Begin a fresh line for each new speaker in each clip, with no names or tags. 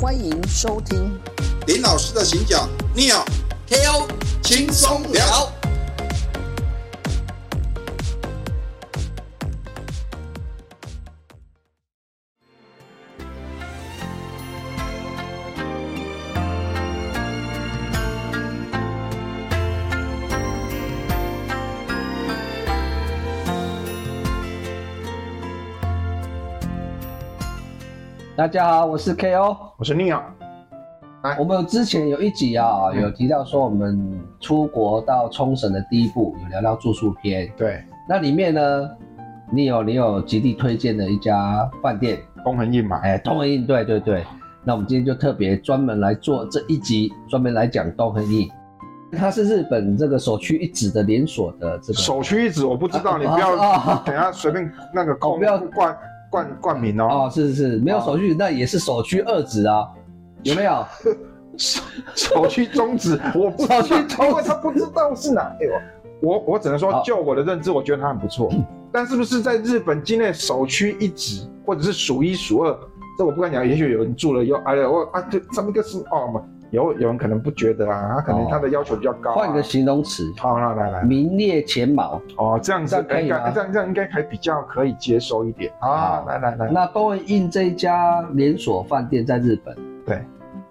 欢迎收听。
林老师的行脚 n e
KO
轻松聊。
大家好，我是 KO。
我是 n e
我们之前有一集啊、
嗯
有提到说我们出国到冲绳的第一步，有聊到住宿篇。
对，
那里面呢，你有你有极力推荐的一家饭店，
东恒印嘛，
哎，东恒印，对对对。那我们今天就特别专门来做这一集，专门来讲东恒印。它是日本这个首屈一指的连锁的这个
首屈一指，我不知道，
啊
你不要、
啊
等一下随便那个
哦
空
不要
冠冠冠名哦，
哦，是是是，没有
哦
手续，那也是首屈二指啊，有没有？
首首屈中指，我不知道
首屈中指
因为他不知道是哪，哎呦，我我只能说
好，
就我的认知，我觉得他很不错，但是不是在日本境内首屈一指，或者是数一数二，这我不敢讲，也许有人住了以后，哎呀，我啊，这这么一个是哦嘛，有有人可能不觉得啊，他可能
哦
他的要求比较高、啊，
换个形容词，
好，啊来来来，
名列前茅。
哦，这样
这
子
样可以
应该
吗
这样这样应该还比较可以接受一点啊。
好
来来来，
那东文印这一家连锁饭店在日本，
对，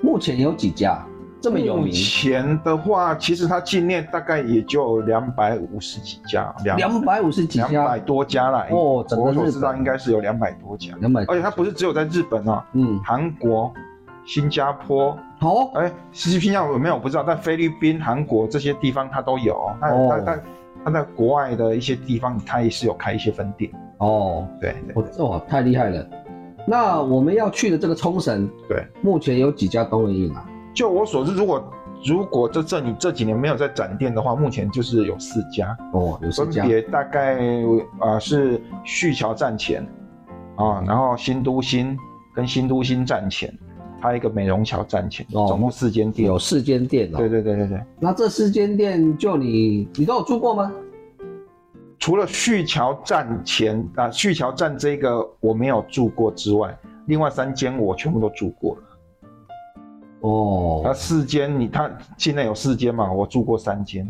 目前有几家这么有
目
名？
前的话，其实它境内大概也就两百五十几家，两
两百五十几
两百
家，
多家啦。
哦整个
我所
日
知道
本
应该是有两百多家，
两百，
而且它不是只有在日本啊，
嗯，
韩国、新加坡，
好哦，
哎，新新加坡有没有我不知道，但菲律宾、韩国这些地方它都有哦。它
哦
它它它在国外的一些地方，它也是有开一些分店。
哦，
对对，
我哇，太厉害了。那我们要去的这个冲绳，
对，
目前有几家东文印啊？
就我所知，如果如果这这你这几年没有在展店的话，目前就是有四家，
哦，有四
分
家，
别大概呃是旭桥站前啊、然后新都新跟新都新站前，还有一个美容桥站前，
哦
总共四间店。
有四间店哦。
对对对对对，
那这四间店，就你你都有住过吗？
除了旭桥站前啊、旭桥站这个我没有住过之外，另外三间我全部都住过了。那
哦，
四间你它现在有四间嘛，我住过三间，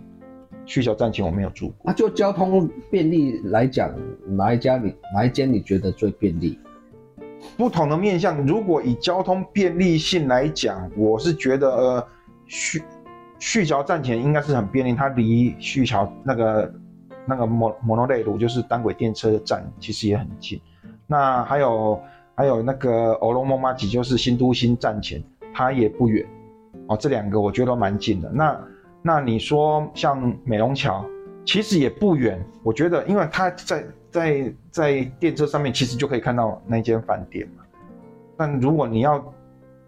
旭桥站前我没有住过。
那就交通便利来讲，哪一家你哪一间你觉得最便利？
不同的面向，如果以交通便利性来讲，我是觉得呃，旭旭桥站前应该是很便利，它离旭桥那个那个摩摩诺内路就是单轨电车的站，其实也很近。那还有还有那个欧龙莫马吉，就是新都新站前，它也不远哦。这两个我觉得都蛮近的。那那你说像美容桥，其实也不远，我觉得，因为它在在在电车上面其实就可以看到那间饭店嘛。但如果你要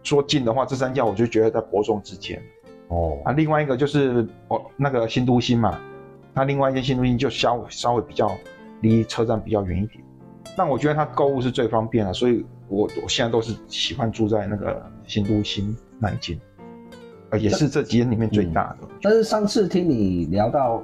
说近的话，这三家我就觉得在伯仲之间
哦
啊。另外一个就是哦那个新都新嘛，那另外一间新都新就稍微稍微比较离车站比较远一点。但我觉得它购物是最方便的，所以我我现在都是喜欢住在那个新都新那一间，呃，也是这几间里面最大的。
但是上次听你聊到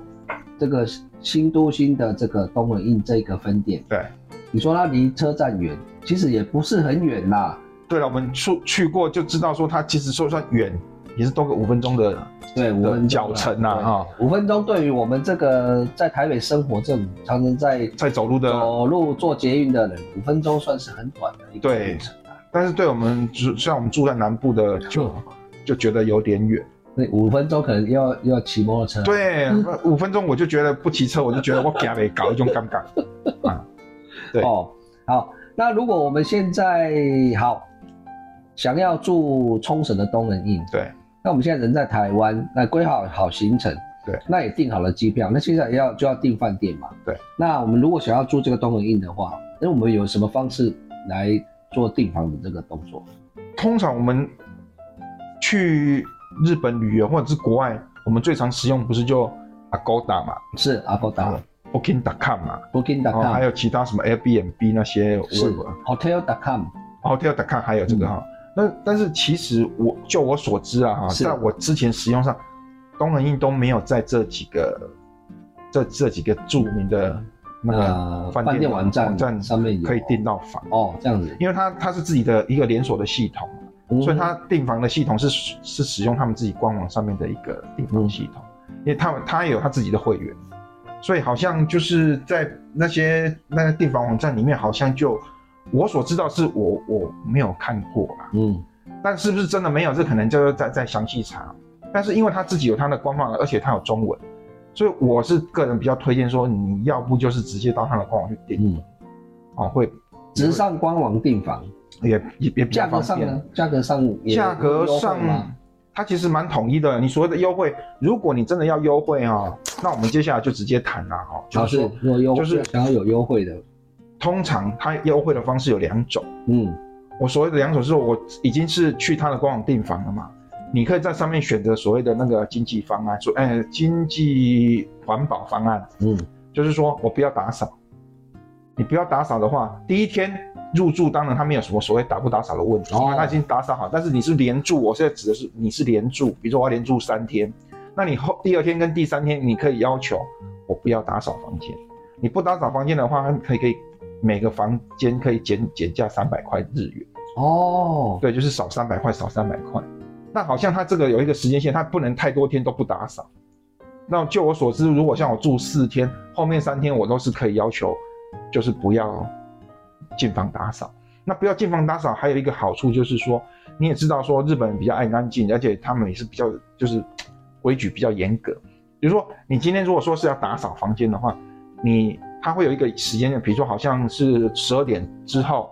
这个新都新的这个东文印这个分店，
对。
你说它离车站远，其实也不是很远啦。
对了，我们去去过就知道说它其实就算远，也是多个五分钟的
对，五分钟啊
脚程呐哈，
对五分钟对于我们这个在台北生活这种常常在
在走路的。
走路坐捷运的人，五分钟算是很短的一个
对
路程啊。
但是对我们住像我们住在南部的
嗯
就就觉得有点远。
那五分钟可能要要骑摩托车。
对，五分钟我就觉得不骑车，我就觉得我脚没搞一种尴尬。对
哦，好，那如果我们现在好想要住冲绳的东仁印，
对，
那我们现在人在台湾，那规划好行程，
对，
那也订好了机票，那现在要就要订饭店嘛，
对。
那我们如果想要住这个东仁印的话，那我们有什么方式来做订房的这个动作？
通常我们去日本旅游或者是国外，我们最常使用不是就 Agoda 嘛
是 Agoda、
，Booking.com 嘛，嗯哦，还
Booking.com，
有其他什么 Airbnb 那些，我
是 Hotel.com，
Hotel 哦的看还有这
嗯
个哈、那但是其实我就我所知啊哈，
是
在我之前使用上，东恒印都没有在这几个这这几个著名的那
呃
个饭
饭店
店
网站
站
上面有
可以订到房，
哦，这样子，
因为它它是自己的一个连锁的系统，
嗯
所以它订房的系统是是使用他们自己官网上面的一个订房
嗯
系统，因为他们他也有他自己的会员，所以好像就是在那些那个订房网站里面，好像就我所知道是我我没有看过啦，
嗯
但是不是真的没有，这可能就要再再详细查。但是因为他自己有他的官方，而且他有中文，所以我是个人比较推荐说，你要不就是直接到他的官网去订
嗯，
哦，会
直上官网订房，
也也也比较
价格
方
上
便。
呢？价格上也
价格
有优惠
上
吗，
它其实蛮统一的。你所谓的优惠，如果你真的要优惠哦，那我们接下来就直接谈啦哦，就
老
是
师
说，
如果优
就是
想要有优惠的，
通常它优惠的方式有两种。
嗯
我所谓的两种是，我已经是去它的官网订房了嘛，你可以在上面选择所谓的那个经济方案，说，哎，经济环保方案，
嗯
就是说我不要打扫。你不要打扫的话，第一天入住，当然它没有什么所谓打不打扫的问题，
哦
因为它已经打扫好。但是你是连住，我现在指的是你是连住，比如说我要连住三天，那你后第二天跟第三天，你可以要求我不要打扫房间。你不打扫房间的话，可以可以每个房间可以减减价三百块日元，
哦，
对，就是少三百块，少三百块。那好像它这个有一个时间线，它不能太多天都不打扫。那就我所知，如果像我住四天，后面三天我都是可以要求，就是不要进房打扫。那不要进房打扫，还有一个好处就是说，你也知道说日本人比较爱干净，而且他们也是比较就是规矩比较严格。比如说你今天如果说是要打扫房间的话，你它会有一个时间的，比如说好像是十二点之后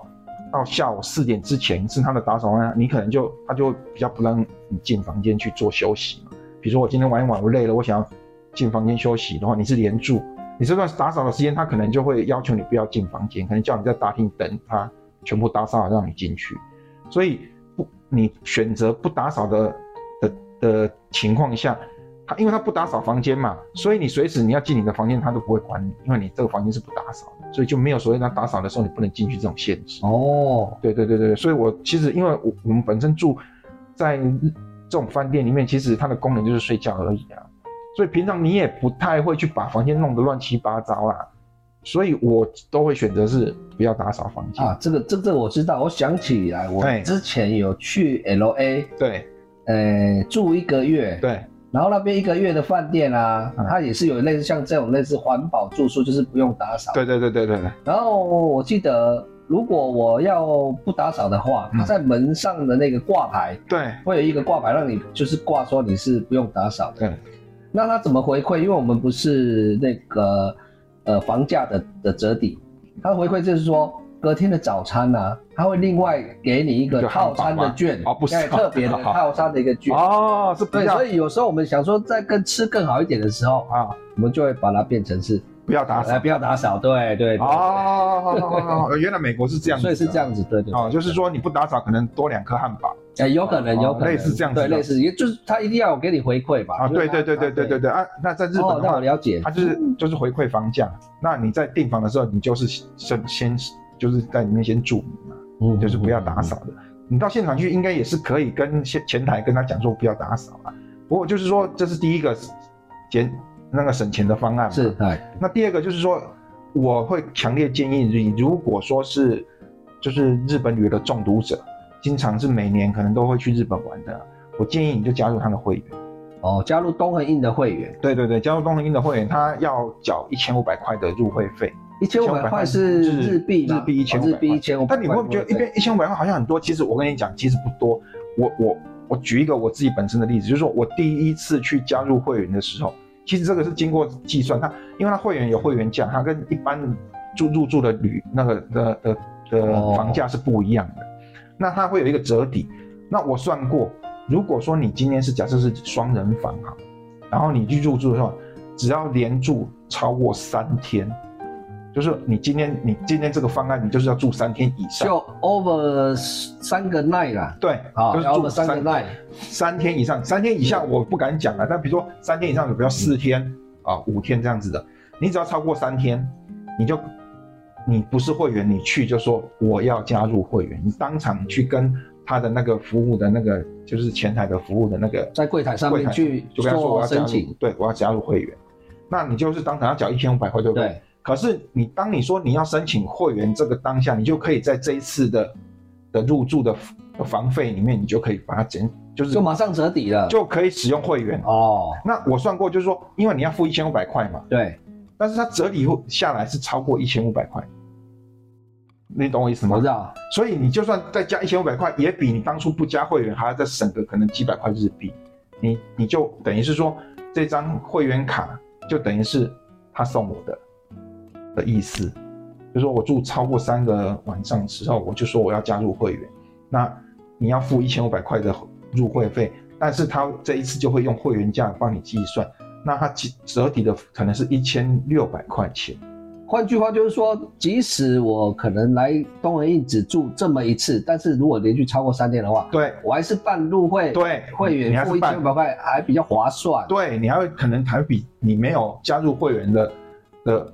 到下午四点之前是他的打扫完，你可能就他就比较不让你进房间去做休息嘛。比如说我今天玩一玩，我累了，我想要进房间休息的话，你是连住，你这段打扫的时间，他可能就会要求你不要进房间，可能叫你在大厅等他全部打扫好让你进去。所以不，你选择不打扫的的的情况下，他因为他不打扫房间嘛，所以你随时你要进你的房间，他都不会管你，因为你这个房间是不打扫的，所以就没有所谓他打扫的时候你不能进去这种限制。
哦，
对对对对，所以我其实因为我我们本身住在日这种饭店里面，其实它的功能就是睡觉而已啊，所以平常你也不太会去把房间弄得乱七八糟啦，所以我都会选择是不要打扫房间。
啊，这个这个我知道，我想起来，我
对
之前有去 L A，
对
呃，住一个月，，
对
然后那边一个月的饭店啊，
嗯
它也是有类似像这种类似环保住宿，就是不用打扫。
对对对对对对，
然后我记得，如果我要不打扫的话，
嗯
它在门上的那个挂牌
对
会有一个挂牌让你就是挂说你是不用打扫的。
对
那他怎么回馈？因为我们不是那个呃房价的的折抵，他回馈就是说隔天的早餐呢、啊，他会另外给你一
一
个
个汉堡
套餐的
吗
券，
哦不是
哎特别的 套餐的一个券。
哦，是不
对，
要
所以有时候我们想说，在跟吃更好一点的时候，
啊，
我们就会把它变成是
不要打
哎
扫
不要打扫，对对对，
哦，原来美国是这样
对所以
子的，
是这样子，对对
哦，就是说你不打扫可能多两颗汉堡。
哎，有可能
哦
有可能
类似这样子的
对，类似，也就是他一定要给你回馈吧？
啊，
就是
对
他
对对对对对。对啊！那在日本
哦
的，
那我
话，
了解
它，就是就是回馈房价。那你在订房的时候，你就是先先就是在里面先住嘛，
嗯
就是不要打扫。的。你到现场去应该也是可以跟前前台跟他讲说不要打扫啊。不过就是说这是第一个减那个省钱的方案嘛。
是，哎，
那第二个就是说，我会强烈建议你，如果说是就是日本旅游的中毒者，经常是每年可能都会去日本玩的，我建议你就加入他的会员。
哦，加入东恒印的会员，
对对对，加入东恒英的会员，他要缴一千五百块的入会费。
一千五百块是日币
日
吗，
币
哦
1500
日币一千五百。
但你会不会觉得一边一千五百块好像很多？其实我跟你讲，其实不多。我我我举一个我自己本身的例子，就是说我第一次去加入会员的时候，其实这个是经过计算，它因为它会员有会员价，它跟一般住入住的旅那个的的
哦
的房价是不一样的。那它会有一个折抵。那我算过，如果说你今天是假设是双人房哈，然后你去入住的话，只要连住超过三天，就是你今天你今天这个方案，你就是要住三天以上，
就 over 三个 night 啦，
对，
啊
就是
要
住
不三个 night
三天以上，三天
嗯
以下我不敢讲了，但比如说三天以上，比如说四天啊、五天这样子的，你只要超过三天，你就你不是会员，你去就说我要加入会员，你当场去跟他的那个服务的那个就是前台的服务的那个
在柜台上
柜
面
台
去
就跟他说
做
我要加
申
入
请，，
对，我要加入会员，那你就是当场要缴一千五百块，对不
对，
可是你当你说你要申请会员这个当下，你就可以在这一次的的入住的房费里面，你就可以把它减，就是
就马上折抵了。
就可以使用会员。
哦，
那我算过，就是说，因为你要付一千五百块嘛，
对，
但是它折抵后下来是超过一千五百块，你懂我意思
我
吗
知？道，
所以你就算再加一千五百块，也比你当初不加会员还要再省个可能几百块日币。你你就等于是说，这张会员卡就等于是他送我的的意思，就是说我住超过三个晚上之后，我就说我要加入会员，那你要付一千五百块的入会费，但是他这一次就会用会员价帮你计算，那他折折抵的可能是一千六百块钱。
换句话就是说，即使我可能来东恒印只住这么一次，但是如果连续超过三天的话，
对
我还是办入会
对，
会
你
员
还
付
是
一
办
千五百块，还比较划算。
对，你还会可能还比你没有加入会员的的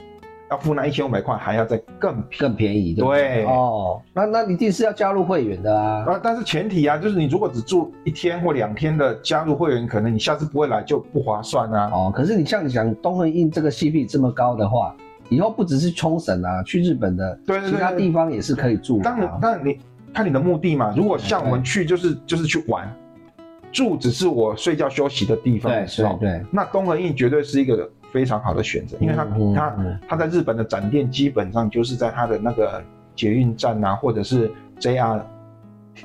要付那一千五百块还要再更便宜。
更便宜，不
对
哦，那那一定是要加入会员的啊。
啊，但是前提啊，就是你如果只住一天或两天的加入会员，可能你下次不会来就不划算啊。
哦，可是你像你讲东恒印这个 CP 这么高的话，以后不只是冲绳啊，去日本的
对对对
其他地方也是可以住的、
当然，
啊。
当然你看你的目的嘛。如果像我们去就是就是去玩，住只是我睡觉休息的地方
对
的时
对
候，
对，
那东和印绝对是一个非常好的选择，因为它
嗯嗯
它
嗯
它在日本的展店基本上就是在它的那个捷运站啊，或者是 JR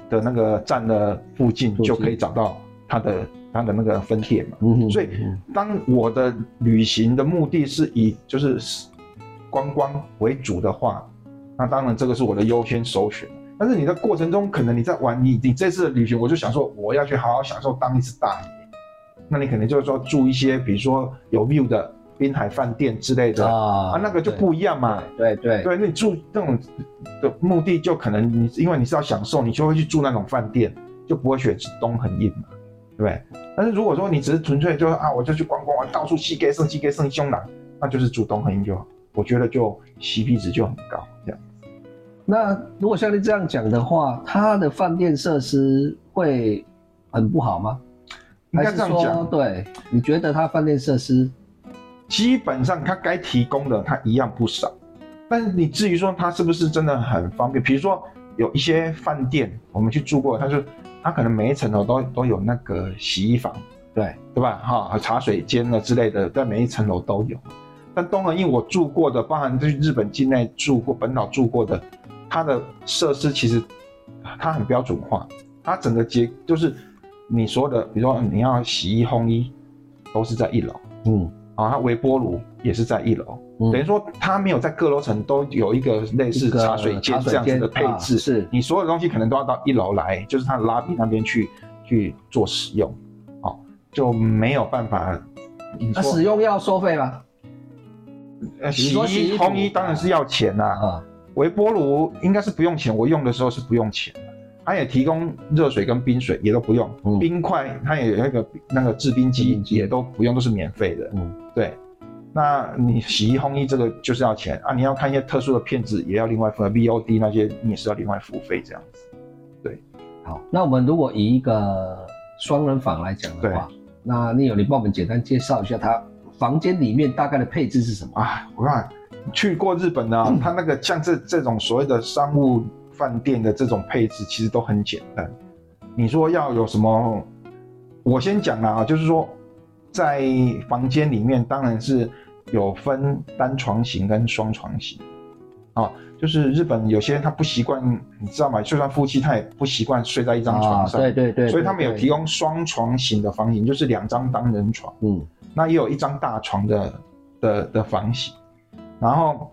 的那个站的附近
附近
就可以找到它的它的那个分店嘛。
嗯哼
所以当我的旅行的目的是以就是观光为主的话，那当然这个是我的优先首选。但是你在过程中，可能你在玩你你这次的旅行，我就想说我要去好好享受当一次大爷，那你可能就是说住一些比如说有 view 的滨海饭店之类的啊
啊
那个就不一样嘛。
对对对
对，那你住那种的目的就可能你因为你是要享受，你就会去住那种饭店，就不会选东很硬嘛，对不对？但是如果说你只是纯粹就是啊，我就去观光，我到处吸给剩吸给剩胸囊，那就是住东很硬就好，我觉得就 CP 值就很高，这样
那如果像你这样讲的话，它的饭店设施会很不好吗？
应
还
该
是
这样
说，
讲。
对，你觉得它饭店设施
基本上它该提供的它一样不少，但是你至于说它是不是真的很方便，比如说有一些饭店我们去住过，它就它可能每一层楼都都有那个洗衣房。
对
对吧？哈、茶水间啊之类的，在每一层楼都有。但东恒印我住过的，包含去日本境内住过、本岛住过的，它的设施其实它很标准化，它整个结就是你所有的，比如说你要洗衣、烘衣，都是在一楼
嗯
啊，它微波炉也是在一楼，
嗯
等于说它没有在各楼层都有一个类似
一个
茶水间
茶水
这样子的
间
配
啊
置，
是
你所有东西可能都要到一楼来，就是它的拉比那边去去做使用，哦，就没有办法。你
那
说
使用要收费吗？
呃
你
洗
说洗
衣
衣
烘衣
服
当然是要钱呐、
啊，
微波炉应该是不用钱，我用的时候是不用钱的。它也提供热水跟冰水，也都不用。
嗯
冰块它也有那个那个制冰
制
机
冰，机
也都不用，都是免费的。
嗯，
对。那你洗衣烘衣这个就是要钱啊，你要看一些特殊的片子，也要另外付 VOD 那些，你也是要另外付费这样子。
好，那我们如果以一个双人房来讲的话，那你有你帮我们简单介绍一下它房间里面大概的配置是什么？
啊，我看去过日本呢、
嗯
它那个像这这种所谓的商务饭店的这种配置，其实都很简单。你说要有什么？我先讲啦啊，就是说在房间里面，当然是有分单床型跟双床型。啊，就是日本有些人他不习惯，你知道吗？就算夫妻，他也不习惯睡在一张床上，
啊对对对，
所以他们有提
供，
供双床型的房型，就是两张单人床。
嗯，
那也有一张大床的的的房型，然后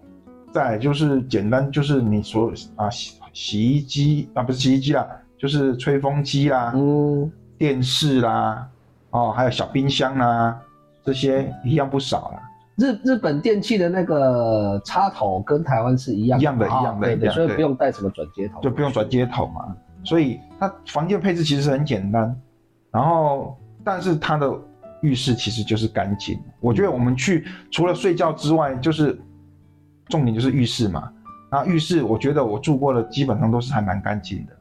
再来就是简单就是你所啊洗洗衣机啊不是洗衣机啦，就是吹风机啦、
嗯，
电视啦，哦还有小冰箱啦，这些一样不少啦。
日日本电器的那个插头跟台湾是一样
一样的
啊
一样的
对
一
对，
样
所以
对
不用带什么转接头，
就不用转接头嘛。所以它房间配置其实很简单，然后但是它的浴室其实就是干净。我觉得我们去除了睡觉之外，就是重点就是浴室嘛。那浴室我觉得我住过的基本上都是还蛮干净的，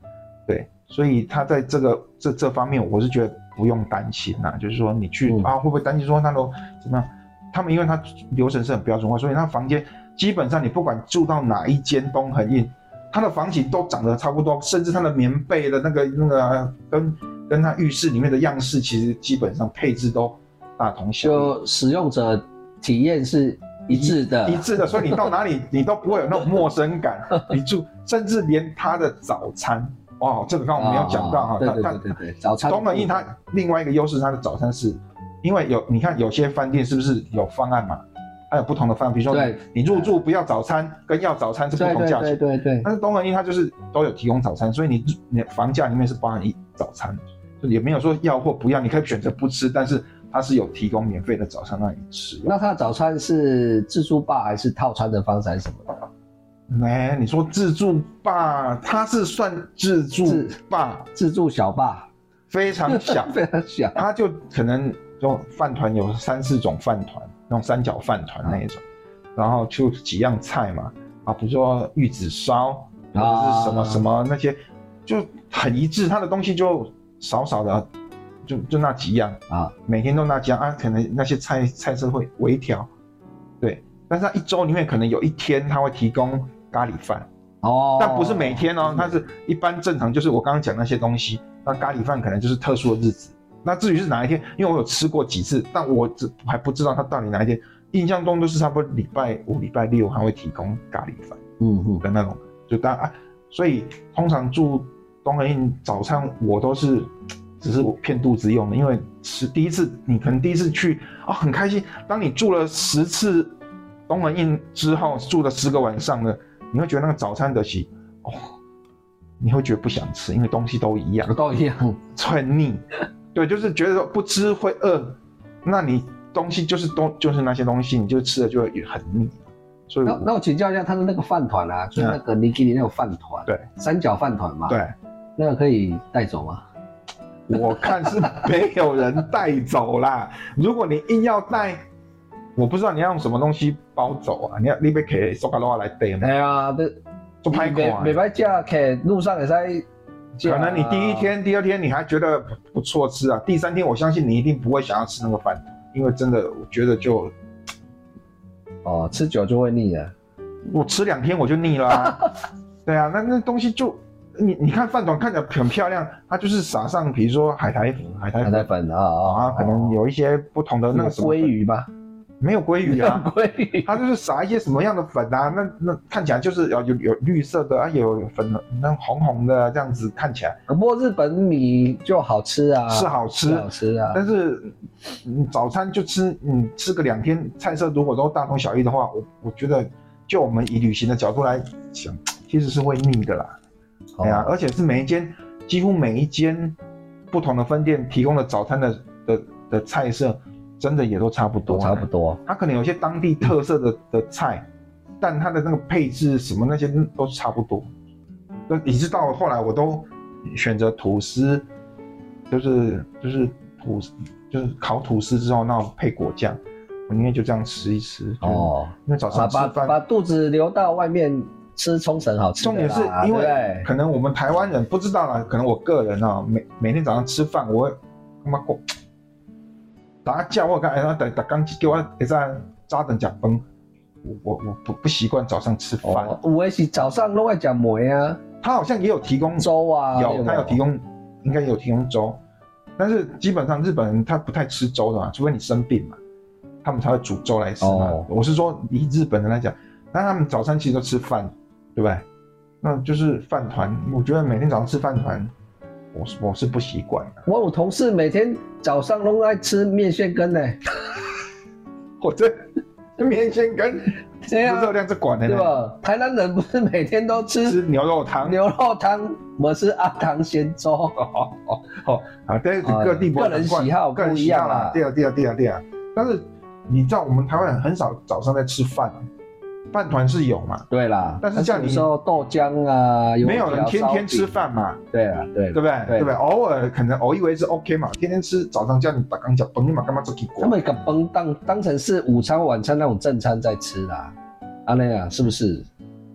对，所以它在这个这这方面我是觉得不用担心啦、就是说你去、
嗯
啊会不会担心说那都怎么样？他们因为它流程是很标准化，所以它房间基本上你不管住到哪一间东横印，它的房型都长得差不多，甚至它的棉被的那个那个呃跟跟它浴室里面的样式，其实基本上配置都大同小异。
就使用者体验是一致的，
一致的，所以你到哪里你都不会有那种陌生感。你住，甚至连他的早餐，哦，这个刚
啊。
刚我们有讲到哈，
对
他
对
他
对对对，早餐
东门印它另外一个优势，它的早餐是，因为有你看有些饭店是不是有方案嘛？它有不同的方案，比如说
对
你你入住不要早餐，跟要早餐是不
对
同
对
价
对
钱。
对对，
但是东门印它就是都有提供早餐，所以你入你的房价里面是包含一早餐，就也没有说要或不要，你可以选择不吃，但是它是有提供免费的早餐让你吃。
那他的早餐是自助吧还是套餐的方式还是什么的？
哎、你说自助吧，它是算自助
自
吧，
自助小吧，，
非常小
非常小。
它就可能就饭团有三四种饭团，那种三角饭团那一种，然后就几样菜嘛，啊，比如说玉子烧，或者是什么
啊
什么那些，就很一致，它的东西就少少的，就就那几样
啊，
每天都那几样啊，可能那些菜菜色会微调，对，但是它一周里面可能有一天它会提供咖喱饭。
哦，
但不是每天哦，它
不
是一般正常，就是我刚刚讲那些东西。那咖喱饭可能就是特殊的日子。那至于是哪一天，因为我有吃过几次，但我只还不知道它到底哪一天。印象中都是差不多礼拜五、礼拜六还会提供咖喱饭
嗯嗯
的那种，就大啊。所以通常住东恒印早餐，我都是只是我骗肚子用的，因为吃第一次你可能第一次去啊、很开心，当你住了十次东恒印之后，住了十个晚上呢，你会觉得那个早餐的起哦，你会觉得不想吃，因为东西都一样
不，都一样。
会腻，对，就是觉得说不吃会饿，那你东西就是东就是那些东西，你就吃了就会很腻，所以
那
我
那我请教一下他的那个饭团啊，就是那个尼基里那种饭团，
嗯对，
三角饭团嘛，，
对。
那个可以带走吗？
我看是没有人带走啦。如果你硬要带，我不知道你要用什么东西包走啊？你要你要给苏卡罗瓦来带吗？
哎呀，这
做拍款啊
美美。白价可啊路上也在，
可能你第一天、第二天你还觉得不错吃啊，第三天我相信你一定不会想要吃那个饭，因为真的我觉得就
哦，吃久就会腻了。
我吃两天我就腻 了、啊。对啊，那那东西就你你看饭团看起来很漂亮，它就是撒上比如说海苔粉、海苔
海
粉
苔粉啊啊
哎啊，可能有一些不同的那个什么
鲑
粉，
鱼吧，
没有鲑鱼啊。
鲑鱼
它就是撒一些什么样的粉啊？那那看起来就是有有有绿色的啊，有粉的，那红红的这样子看起来
不过日本米就好吃啊，
是好吃，
是好吃啊。
但是你早餐就吃，你吃个两天菜色如果都大同小异的话，我我觉得就我们以旅行的角度来想，其实是会腻的啦。
哦
对啊，而且是每一间几乎每一间不同的分店提供的早餐的的的菜色，真的也都差不多
都
啊，
差不多。
它可能有些当地特色的的菜，但它的那个配置什么那些都差不多。那以致到后来我都选择吐司，就是就是吐司就是烤吐司之后，那我配果酱，我宁愿就这样吃一吃。就是，
哦，
因嗯为早
把
上吃
把把
饭，
肚子留到外面吃冲绳好吃的
重
啦。
点是
对
因
不
为
对
可能我们台湾人不知道啦，可能我个人啊，每每天早上吃饭，我会他妈过打架，我讲哎，那等等刚给我一在扎等讲崩，我我我不不习惯早上吃饭。
哦，我也是早上都爱讲梅啊、
他好像也有提供
粥啊，
有
没
他有提供，应该有提供粥，但是基本上日本人他不太吃粥的嘛，除非你生病嘛，他们才会煮粥来吃嘛。
哦
我是说以日本人来讲，那他们早餐其实都吃饭，对不对？那就是饭团，我觉得每天早上吃饭团，我是我是不习惯的，
我有同事每天早上都爱吃面线羹呢、
我这 面线跟
对呀、
热量这管的
对
呢，
吧？台南人不是每天都
吃
吃
牛肉汤
牛肉汤，我是阿汤鲜粥。
啊，但是
啊
各地不
个人
习惯
喜好
个人
不一
喜好
样啦
对啊，对啊，对啊，对啊。但是你知道，我们台湾人很少早上在吃饭，饭团是有嘛，
对啦，
但是像你
有时候豆浆啊，
没有人
油条
天天吃
烧饼。
饭嘛，
对啦，对
对
啦
不对？
对
对不对？偶尔可能偶一为之 OK 嘛，天天吃早上叫你打刚讲，本你嘛干嘛做结
他
果？
们把崩当当成是午餐、晚餐那种正餐在吃啦。阿那啊，是不是？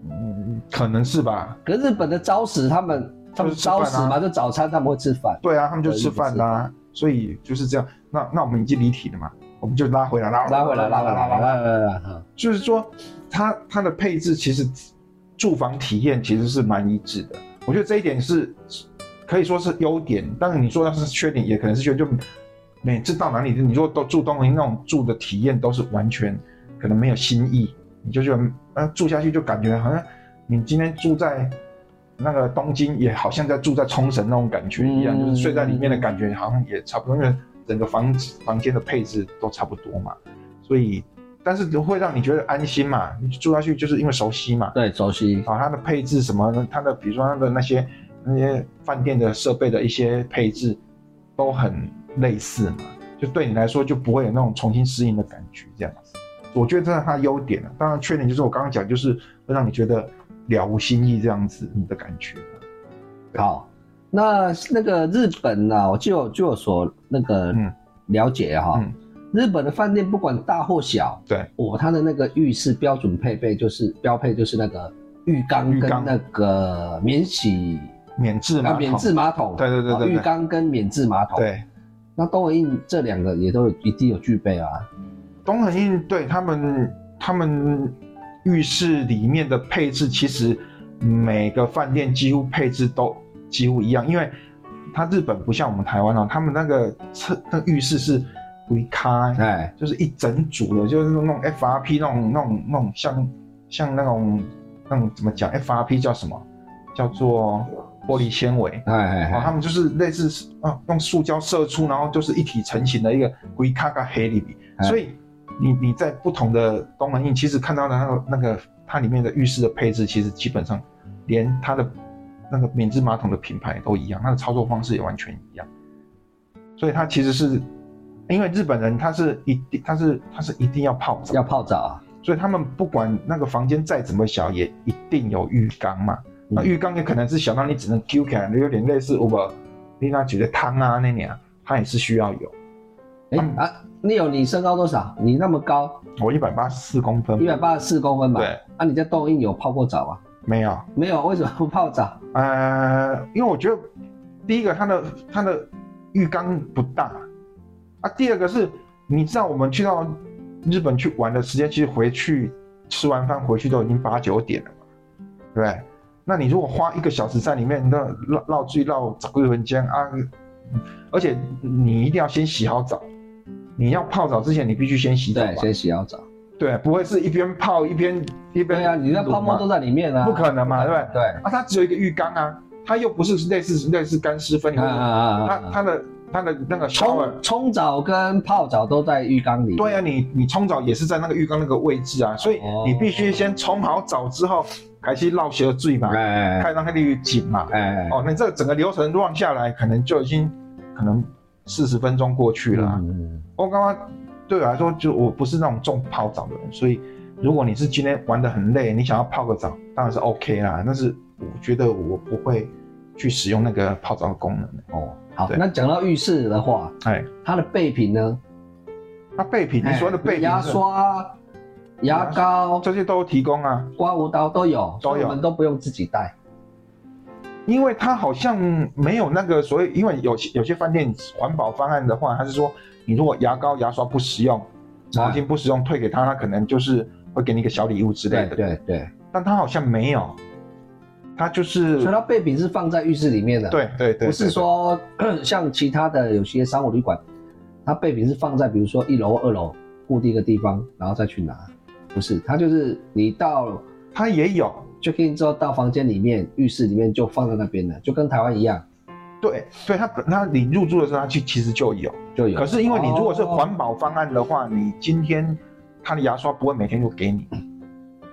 嗯，可能是吧。
可是日本的早食，他们他们
就是吃饭
早
啊
食嘛，就早餐他们会吃饭。
对啊，他们就
对
吃饭啦、所以就是这样。那那我们已经离题了嘛，我们就拉回来，拉
拉回来，拉回来，拉回来，拉回来。
就是说，它它的配置其实住房体验其实是蛮一致的。我觉得这一点是可以说是优点，但是你说它是缺点，也可能是缺点。就每次到哪里，你如果都住东营那种住的体验都是完全可能没有新意，你就觉得呃住下去就感觉好像你今天住在那个东京，也好像在住在冲绳那种感觉一样，
嗯
就是睡在里面的感觉好像也差不多，因为整个房子房间的配置都差不多嘛，所以但是会让你觉得安心嘛，你住下去就是因为熟悉嘛，
对，熟悉，
啊，它的配置什么，它的比如说它的那些那些饭店的设备的一些配置都很类似嘛，就对你来说就不会有那种重新适应的感觉这样子。我觉得这是它的优点啊，当然缺点就是我刚刚讲，就是会让你觉得了无新意这样子的感觉。
好，那那个日本呢、我就据我所那个
嗯
了解哈、
嗯
日本的饭店不管大或小，
对，
我、它的那个浴室标准配备就是标配就是那个浴缸
浴
跟
缸
那个免洗
免治马
啊
桶，
免治马桶，
对对对
啊
对对
浴缸跟免治马桶，，
对，
那东文印这两个也都有一定有具备啊，
东横印对他们他们浴室里面的配置，其实每个饭店几乎配置都几乎一样，因为它日本不像我们台湾哦，他们那个厕那浴室是龟咖，
哎，
就是一整组的，就是那种 FRP 那种那种那种像像那种那种怎么讲 FRP 叫什么？叫做玻璃纤维。
哎哎
哦，他
哎，
们就是类似啊，用塑胶射出，然后就是一体成型的一个龟卡卡黑里比。
哎
所以你你在不同的东门印，其实看到的那个那个它里面的浴室的配置，其实基本上连它的那个免治马桶的品牌都一样，它的操作方式也完全一样。所以它其实是因为日本人他是一定他是他是一定要泡澡，
要泡澡啊，
所以他们不管那个房间再怎么小，也一定有浴缸嘛。
嗯
那浴缸也可能是小到你只能揪起来，有点类似我们你那举的汤啊那里啊，它也是需要有。
哎、
嗯
啊，你有你身高多少？你那么高，
我一百八十四公分，
一百八十四公分吧？
对，
啊，你在东印有泡过澡吗？
没有，
没有，为什么不泡澡？
呃，因为我觉得第一个它的它的浴缸不大啊，第二个是你知道我们去到日本去玩的时间，其实回去吃完饭回去都已经八九点了嘛，对不对？那你如果花一个小时在里面，那绕绕去绕找个人间啊，而且你一定要先洗好澡，你要泡澡之前你必须先洗澡
对，
吧？
先洗好澡。
对，不会是一边泡一边一边
对啊，你那
撸嘛
泡沫都在里面啊，
不可能嘛，对不对？
对，
啊，它只有一个浴缸啊，它又不是类似类似干湿分离，
啊啊啊
它
啊啊！
它的它的那个 shower，
冲冲澡跟泡澡都在浴缸里。
对啊，你你冲澡也是在那个浴缸那个位置啊，所以
哦
你必须先冲好澡之后，开始绕些醉嘛，
哎，哎
开让它滤紧嘛，
哎哎，
哦，那这个整个流程乱下来，可能就已经可能四十分钟过去了啊。
嗯
我刚刚对我来说，就我不是那种重泡澡的人，所以如果你是今天玩的很累，你想要泡个澡，当然是 OK 啦。但是我觉得我不会去使用那个泡澡的功能。
哦，好，
对
那讲到浴室的话，
哎，
它的备品呢？
那备品，你
哎
所谓的备品是，
牙刷、啊牙膏、
这些都提供啊，
刮胡刀都有，
都
所
有
以我们都不用自己带。
因为它好像没有那个所谓，因为有些有些饭店环保方案的话，它是说你如果牙膏、牙刷不使用，毛巾不使用退给他，他可能就是会给你一个小礼物之类
对
的。
对对，
但他好像没有，他就是
所以它备品是放在浴室里面的。
对对对，
不是
对
说 像其他的有些商务旅馆，它备品是放在比如说一楼、二楼固定一个地方，然后再去拿，不是，它就是你到
它也有，
check in 之后到房间里面、浴室里面就放在那边了，就跟台湾一样
对，所以它本它你入住的时候，它其其实就有。
就有。
可是因为你如果是
哦
环保方案的话，你今天它的牙刷不会每天就给你，
嗯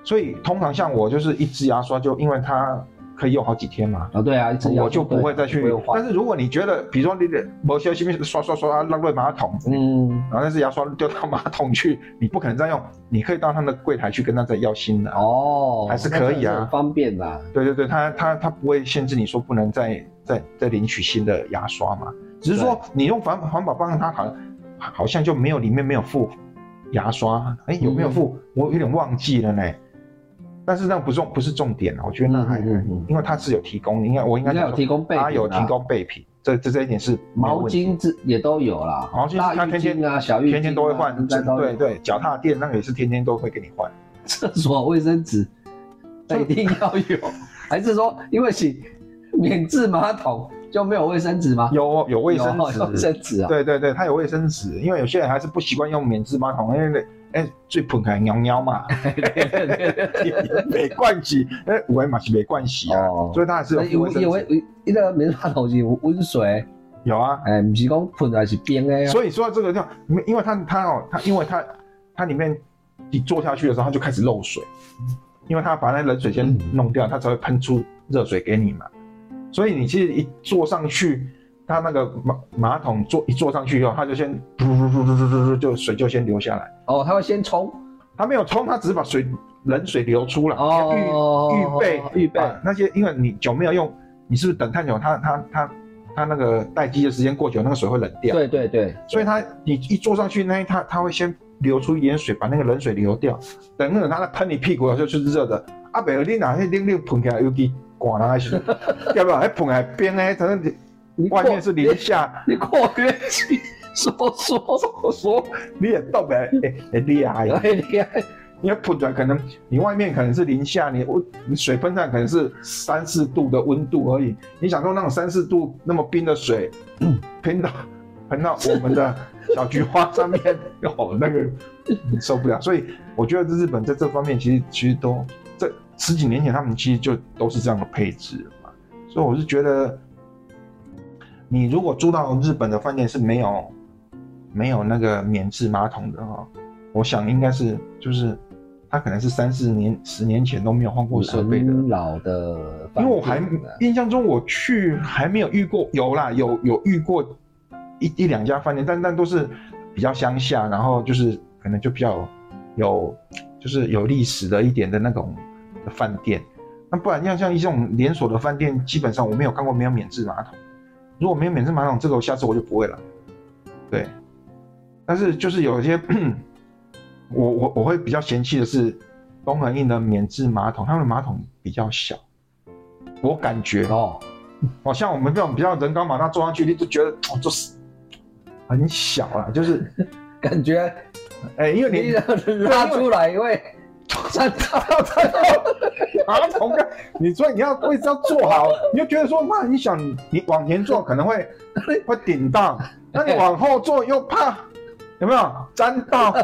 所以通常像我就是一支牙刷就因为它可以用好几天嘛，
哦，对啊，一直要
我就不会再去
不用。换
但。是如果你觉得，比如说你的某些面刷刷刷浪费马桶，
嗯，
然后那支牙刷丢到马桶去，你不可能再用，你可以到他们的柜台去跟他再要新的。
哦，
还是可以
那真
啊
的很方便啦。
对对对，它它它不会限制你说不能再再再领取新的牙刷嘛，只是说你用环环保棒，它好好像就没有里面没有附牙刷，哎、有
嗯
没有附？我有点忘记了呢。但是那不重不是重点啊，我觉得那还、
嗯嗯嗯
因为它是有提供，应该我应该
应该
讲
有
说
提供备品啊
它有提供备品，这这这一点是没
毛
有问题
巾这也都有啦，
毛巾
大
它
浴
天天
巾啊、小浴巾啊
天天都会换
应该，都有
对对，脚踏垫那个也是天天都会给你换。
厕所卫生纸那一定要有，还是说因为洗免治马桶就没有卫生纸吗？
有有卫生
有卫
纸，
生纸啊，
对对对，它有卫生纸，因为有些人还是不习惯用免治马桶，因为哎最喷开尿尿嘛， 没惯洗， 哎我嘛是没惯洗啊，
哦
所以它还是有附
有
卫生
有
纸，
有一个免治马桶是有温水，
有啊，
哎、不是讲喷还是冰的啊。
所以说到这个地方，因为因为它它哦，它因为它它里面你坐下去的时候，它就开始漏水，因为它把那冷水先弄掉，它才会喷出热水给你嘛。所以你其实一坐上去，它那个马马桶坐一坐上去以后，它就先噗噗噗噗噗噗噗，就水就先流下来。
哦，他会先冲
它没有冲，它只是把水冷水流出来，
哦，
预预备啊
预备，
把那些，因为你久没有用，你是不是等太久，它它它它那个待机的时间过久，那个水会冷掉。
对对对，
所以它你一坐上去那一它它会先流出一点水，把那个冷水流掉，等那个它喷你屁股的时候就是热的。啊，北你哪天冷冷喷起来又去刮那 啊是，要不然还喷还冰呢，可能
你
外面是零
你
下，
你扩约肌收缩，
我说你也到不了，哎哎厉害呀！
哎你 看
你要喷出来，可能你外面可能是零下，你温你水喷上可能是三四度的温度而已。你想说那种三四度那么冰的水，喷到喷到 我们的小菊花上面，哦，那个受不了。所以我觉得日本在这方面其实其实都这十几年前他们其实就都是这样的配置了嘛。所以我是觉得，你如果住到日本的饭店是没有没有那个免治马桶的哦，我想应该是就是他可能是三四年、十年前都没有换过设备的。
很老的饭
因
店啊，
为我还印象中我去还没有遇过，有啦，有有遇过一一两家饭店，但但都是比较乡下，然后就是可能就比较有就是有历史的一点的那种饭店。那不然像像一种连锁的饭店，基本上我没有看过没有免治马桶。如果没有免治马桶，这个我下次我就不会了。对，但是就是有一些我我我会比较嫌弃的是东恒印的免治马桶，他们的马桶比较小，我感觉
哦，
哦，像我们这种比较人高马大坐上去，你就觉得哦，就是很小啦，就是
感觉
哎、因 为
你
你
拉出来 会站到站到，
马桶盖，你说你要位置要坐好，你就觉得说妈，你想你往前坐可能会会顶到，那你往后坐又怕有没有沾 到？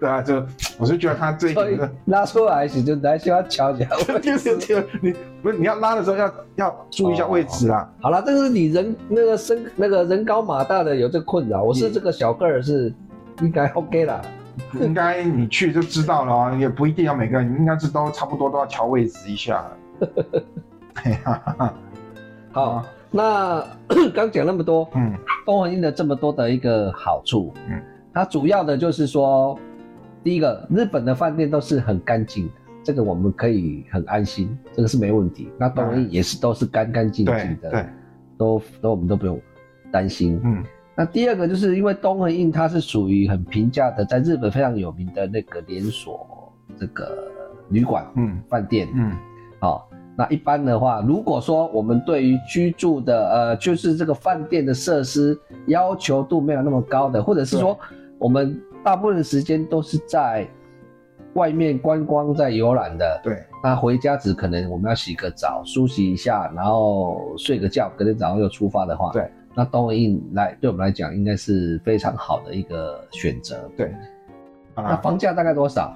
对啊，就我就觉得他这一
所
点
以
真的。
拉出来时就来需要瞧 瞧。
就是就是你不是你要拉的时候要要注意一下位置啦，
好了，但是你人那个身那个人高马大的有这个困扰，我是这个小个儿是应该 OK 啦。
应该你去就知道了哦，也不一定要每个人，应该是都差不多都要瞧位置一下。哎呀，
好，，那 刚讲那么多，
嗯，
东恒印的这么多的一个好处，
嗯
它主要的就是说，第一个，日本的饭店都是很干净的，这个我们可以很安心，这个是没问题。那东恒印也是都是干干净
对
净
对
的，，都都我们都不用担心。
嗯
那第二个就是因为东恒印它是属于很平价的，在日本非常有名的那个连锁这个旅馆
嗯
饭店，
嗯
好、那一般的话，如果说我们对于居住的呃，就是这个饭店的设施要求度没有那么高的，或者是说我们大部分时间都是在外面观光在游览的，
对，
那回家只可能我们要洗个澡，梳洗一下，然后睡个觉，隔天早上又出发的话，
对，
那东文印来对我们来讲应该是非常好的一个选择。
对，啊好
那
啦，
房价大概多少？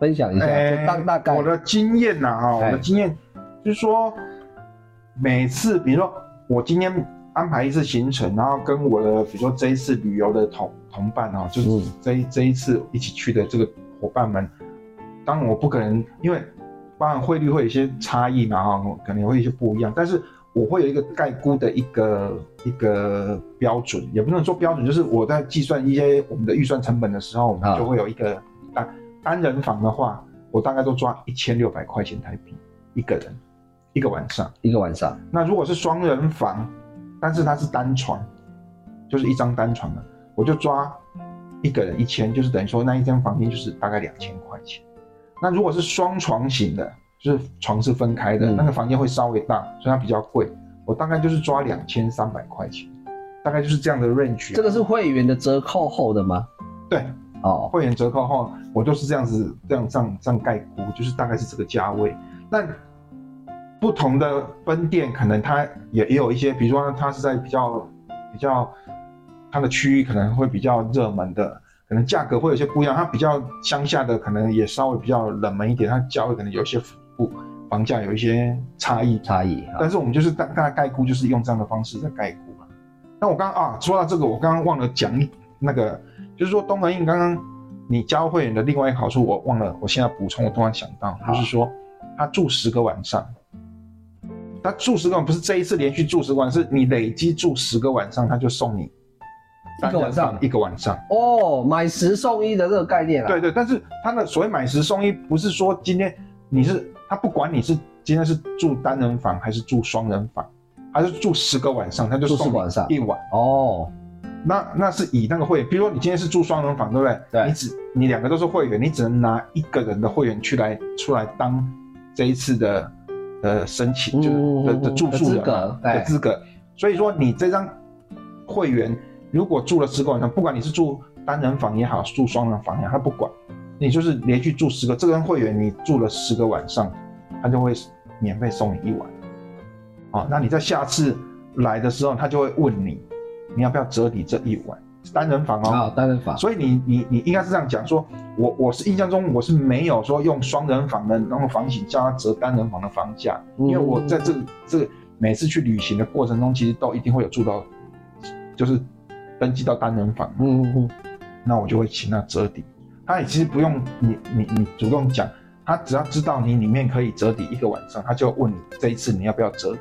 分享一下，就当大概
哎我的经验呐啊，我
哎
的经验就是说，每次比如说我今天安排一次行程，然后跟我的比如说这一次旅游的同同伴啊，就
嗯
是这一这一次一起去的这个伙伴们，当然我不可能，因为当然汇率会有一些差异嘛哈，可能会有一些不一样，但是。我会有一个概估的一个一个标准，也不能说标准，就是我在计算一些我们的预算成本的时候，我
啊
们就会有一个单单人房的话，我大概都抓一千六百块钱台币一个人一个晚上。
一个晚上，
那如果是双人房，但是它是单床，就是一张单床的，我就抓一个人一千，就是等于说那一间房间就是大概两千块钱。那如果是双床型的，就是床是分开的，
嗯
那个房间会稍微大，所以它比较贵。我大概就是抓两千三百块钱，大概就是这样的 range 啊。
这个是会员的折扣后的吗？
对，
哦，
会员折扣后，我都是这样子这样这样这样概估，就是大概是这个价位。但不同的分店可能它也也有一些，比如说它是在比较比较它的区域可能会比较热门的，可能价格会有些不一样。它比较乡下的可能也稍微比较冷门一点，它价位可能有一些不房价有一些差异。
差异啊
但是我们就是大大概估，就是用这样的方式在概估嘛。那我刚啊，说到这个，我刚刚忘了讲一那个，就是说东南印刚刚你加入会员的另外一个好处，我忘了，我现在补充，我突然想到，
好
就是说他住十个晚上，他住十个晚不是这一次连续住十个晚，是你累积住十个晚上，他就送你
一个晚上
一个晚上。
哦，买十送一的这个概念啊。
对对，但是他的所谓买十送一，不是说今天你是他不管你是今天是住单人房还是住双人房，还是住十个晚上，他就
住十
送
个
你
晚上
一晚。
哦，
那那是以那个会员，比如说你今天是住双人房，对不对？
对
你只你两个都是会员，你只能拿一个人的会员去来出来当这一次的呃申请，就是
嗯
的的住
的
宿
资
人啊
格哎
的
对
资格。所以说你这张会员如果住了十个晚上，不管你是住单人房也好，住双人房也好，他不管，你就是连续住十个，这个会员你住了十个晚上，他就会免费送你一碗。哦，那你在下次来的时候，他就会问你，你要不要折抵这一碗单人房
啊，
哦。
单人房，
所以你你你应该是这样讲说，我我是印象中我是没有说用双人房的那种房型叫他折单人房的房价，
嗯
因为我在这这个每次去旅行的过程中，其实都一定会有住到，就是登记到单人房嘛。
嗯嗯嗯，
那我就会请他折抵。他也其实不用你你你主动讲，他只要知道你里面可以折抵一个晚上，他就问你这一次你要不要折抵。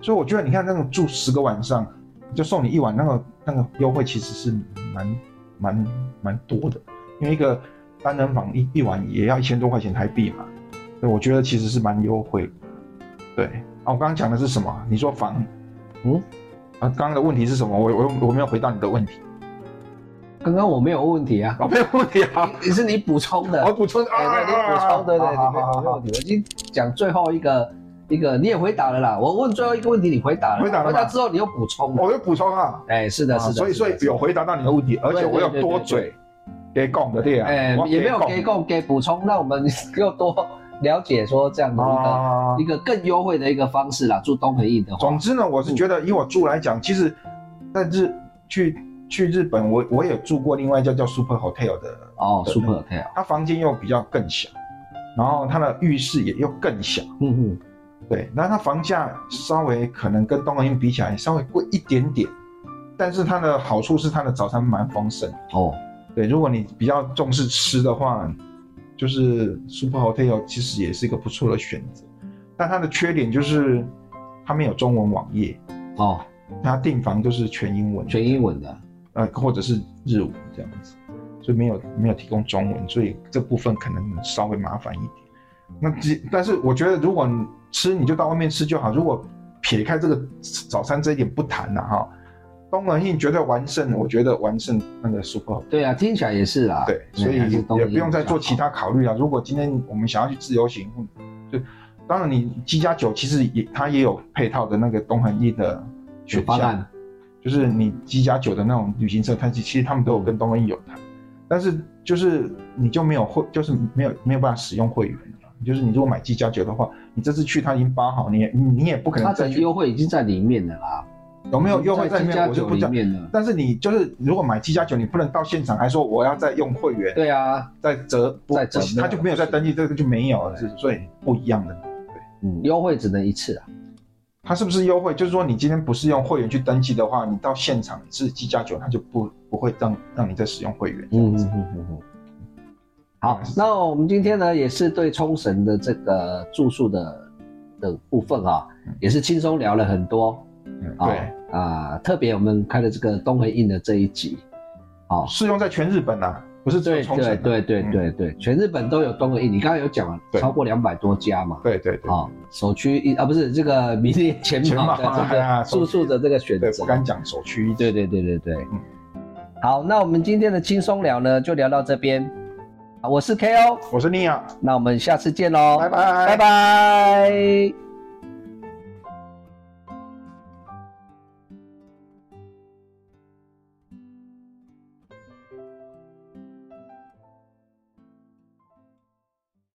所以我觉得你看那种住十个晚上就送你一晚，那个那个优惠其实是蛮蛮蛮多的，因为一个单人房一一晚也要一千多块钱台币嘛，所以我觉得其实是蛮优惠的。对啊，我刚刚讲的是什么？你说房，
嗯
啊，刚刚的问题是什么？我我又我没有回答你的问题，
刚刚我没有问题啊，
我没有问题啊。
也是你补充 的，
我补充啊
对对，你哎补充，对对，你没有没有
哦好
问题，我已经讲最后一个一个，你也回答了啦，我问最后一个问题，你回答了，
回答了吗
回答之后你又补充了，
我又补充啊，
哎，是的，是的，
所以
是
所
的
以有，回答到你的问题，而且我有多嘴给供的对
是的
啊，
哎，
我
也没有
讲
给供给补充，那我们 又多了解说这样的一个
啊
一。个更优惠的一个方式啦，住东恒印的话
总，之呢，我是觉
嗯
得以我住来讲，其实在日去去日本，我我也住过另外一家叫 Super Hotel 的，
哦
对
，Super Hotel，
它房间又比较更小，然后它的浴室也又更小，
嗯嗯，
对，那它房价稍微可能跟东南亚比起来稍微贵一点点，但是它的好处是它的早餐蛮丰盛的。
哦，
对，如果你比较重视吃的话，就是 Super Hotel 其实也是一个不错的选择。但它的缺点就是它没有中文网页，
哦，
它订房都是全英文，
全英文的，
呃或者是日文这样子，所以没有没有提供中文，所以这部分可能稍微麻烦一点。那只但是我觉得，如果你吃你就到外面吃就好。如果撇开这个早餐这一点不谈了、哈，东门印绝对完胜，我觉得完胜那个 Super Hotel。
对啊，听起来也是啦，
对，
嗯
所以
还是
也
东
不
恒印
用再
比较
做其
好
他考虑了。啊如果今天我们想要去自由行，就当然你七加九其实也它也有配套的那个东恒印的选
方
项
案，，
就是你七加九的那种旅行社，它其其实他们都有跟东恒印有谈，但是就是你就没有会，就是没有没有办法使用会员了。就是你如果买七加九的话，你这次去他已经包好，你也你也不可
它
能
的
再去
优惠已经在里面的啦，
有没有优惠在
在
里
七加
面，我就
九
不
里
知道。
面的，
但是你就是如果买七加九，你不能到现场还说我要再用会员，
对啊，
在折不
在折
不行
没有
他就没有在登记，这个就没有了，
对
是所以不一样的。
嗯，优惠只能一次啊，
他是不是优惠？就是说你今天不是用会员去登记的话，你到现场是七加九，他就不不会让让你再使用会员。
嗯嗯嗯嗯嗯。好，那我们今天呢，也是对冲绳的这个住宿的的部分啊
嗯，
也是轻松聊了很多
嗯
啊
对，
啊、特别我们开的这个东恒印的这一集，好、
适用在全日本啊，不是只
哦
有
对
冲绳啊。
对对对对对，全日本都有东和印，你刚刚有讲了，
对
超过两百多家嘛，
对对对
啊、首屈一啊不是这个名列前
前
茅
茅
的这
哎呀
个
首屈
住宿的这个选
对，
择
不，敢讲首屈一指
对对对对对
嗯
好，那我们今天的轻松聊呢，就聊到这边，啊我是 KO，
我是尼亚，
那我们下次见喽，
拜拜
拜拜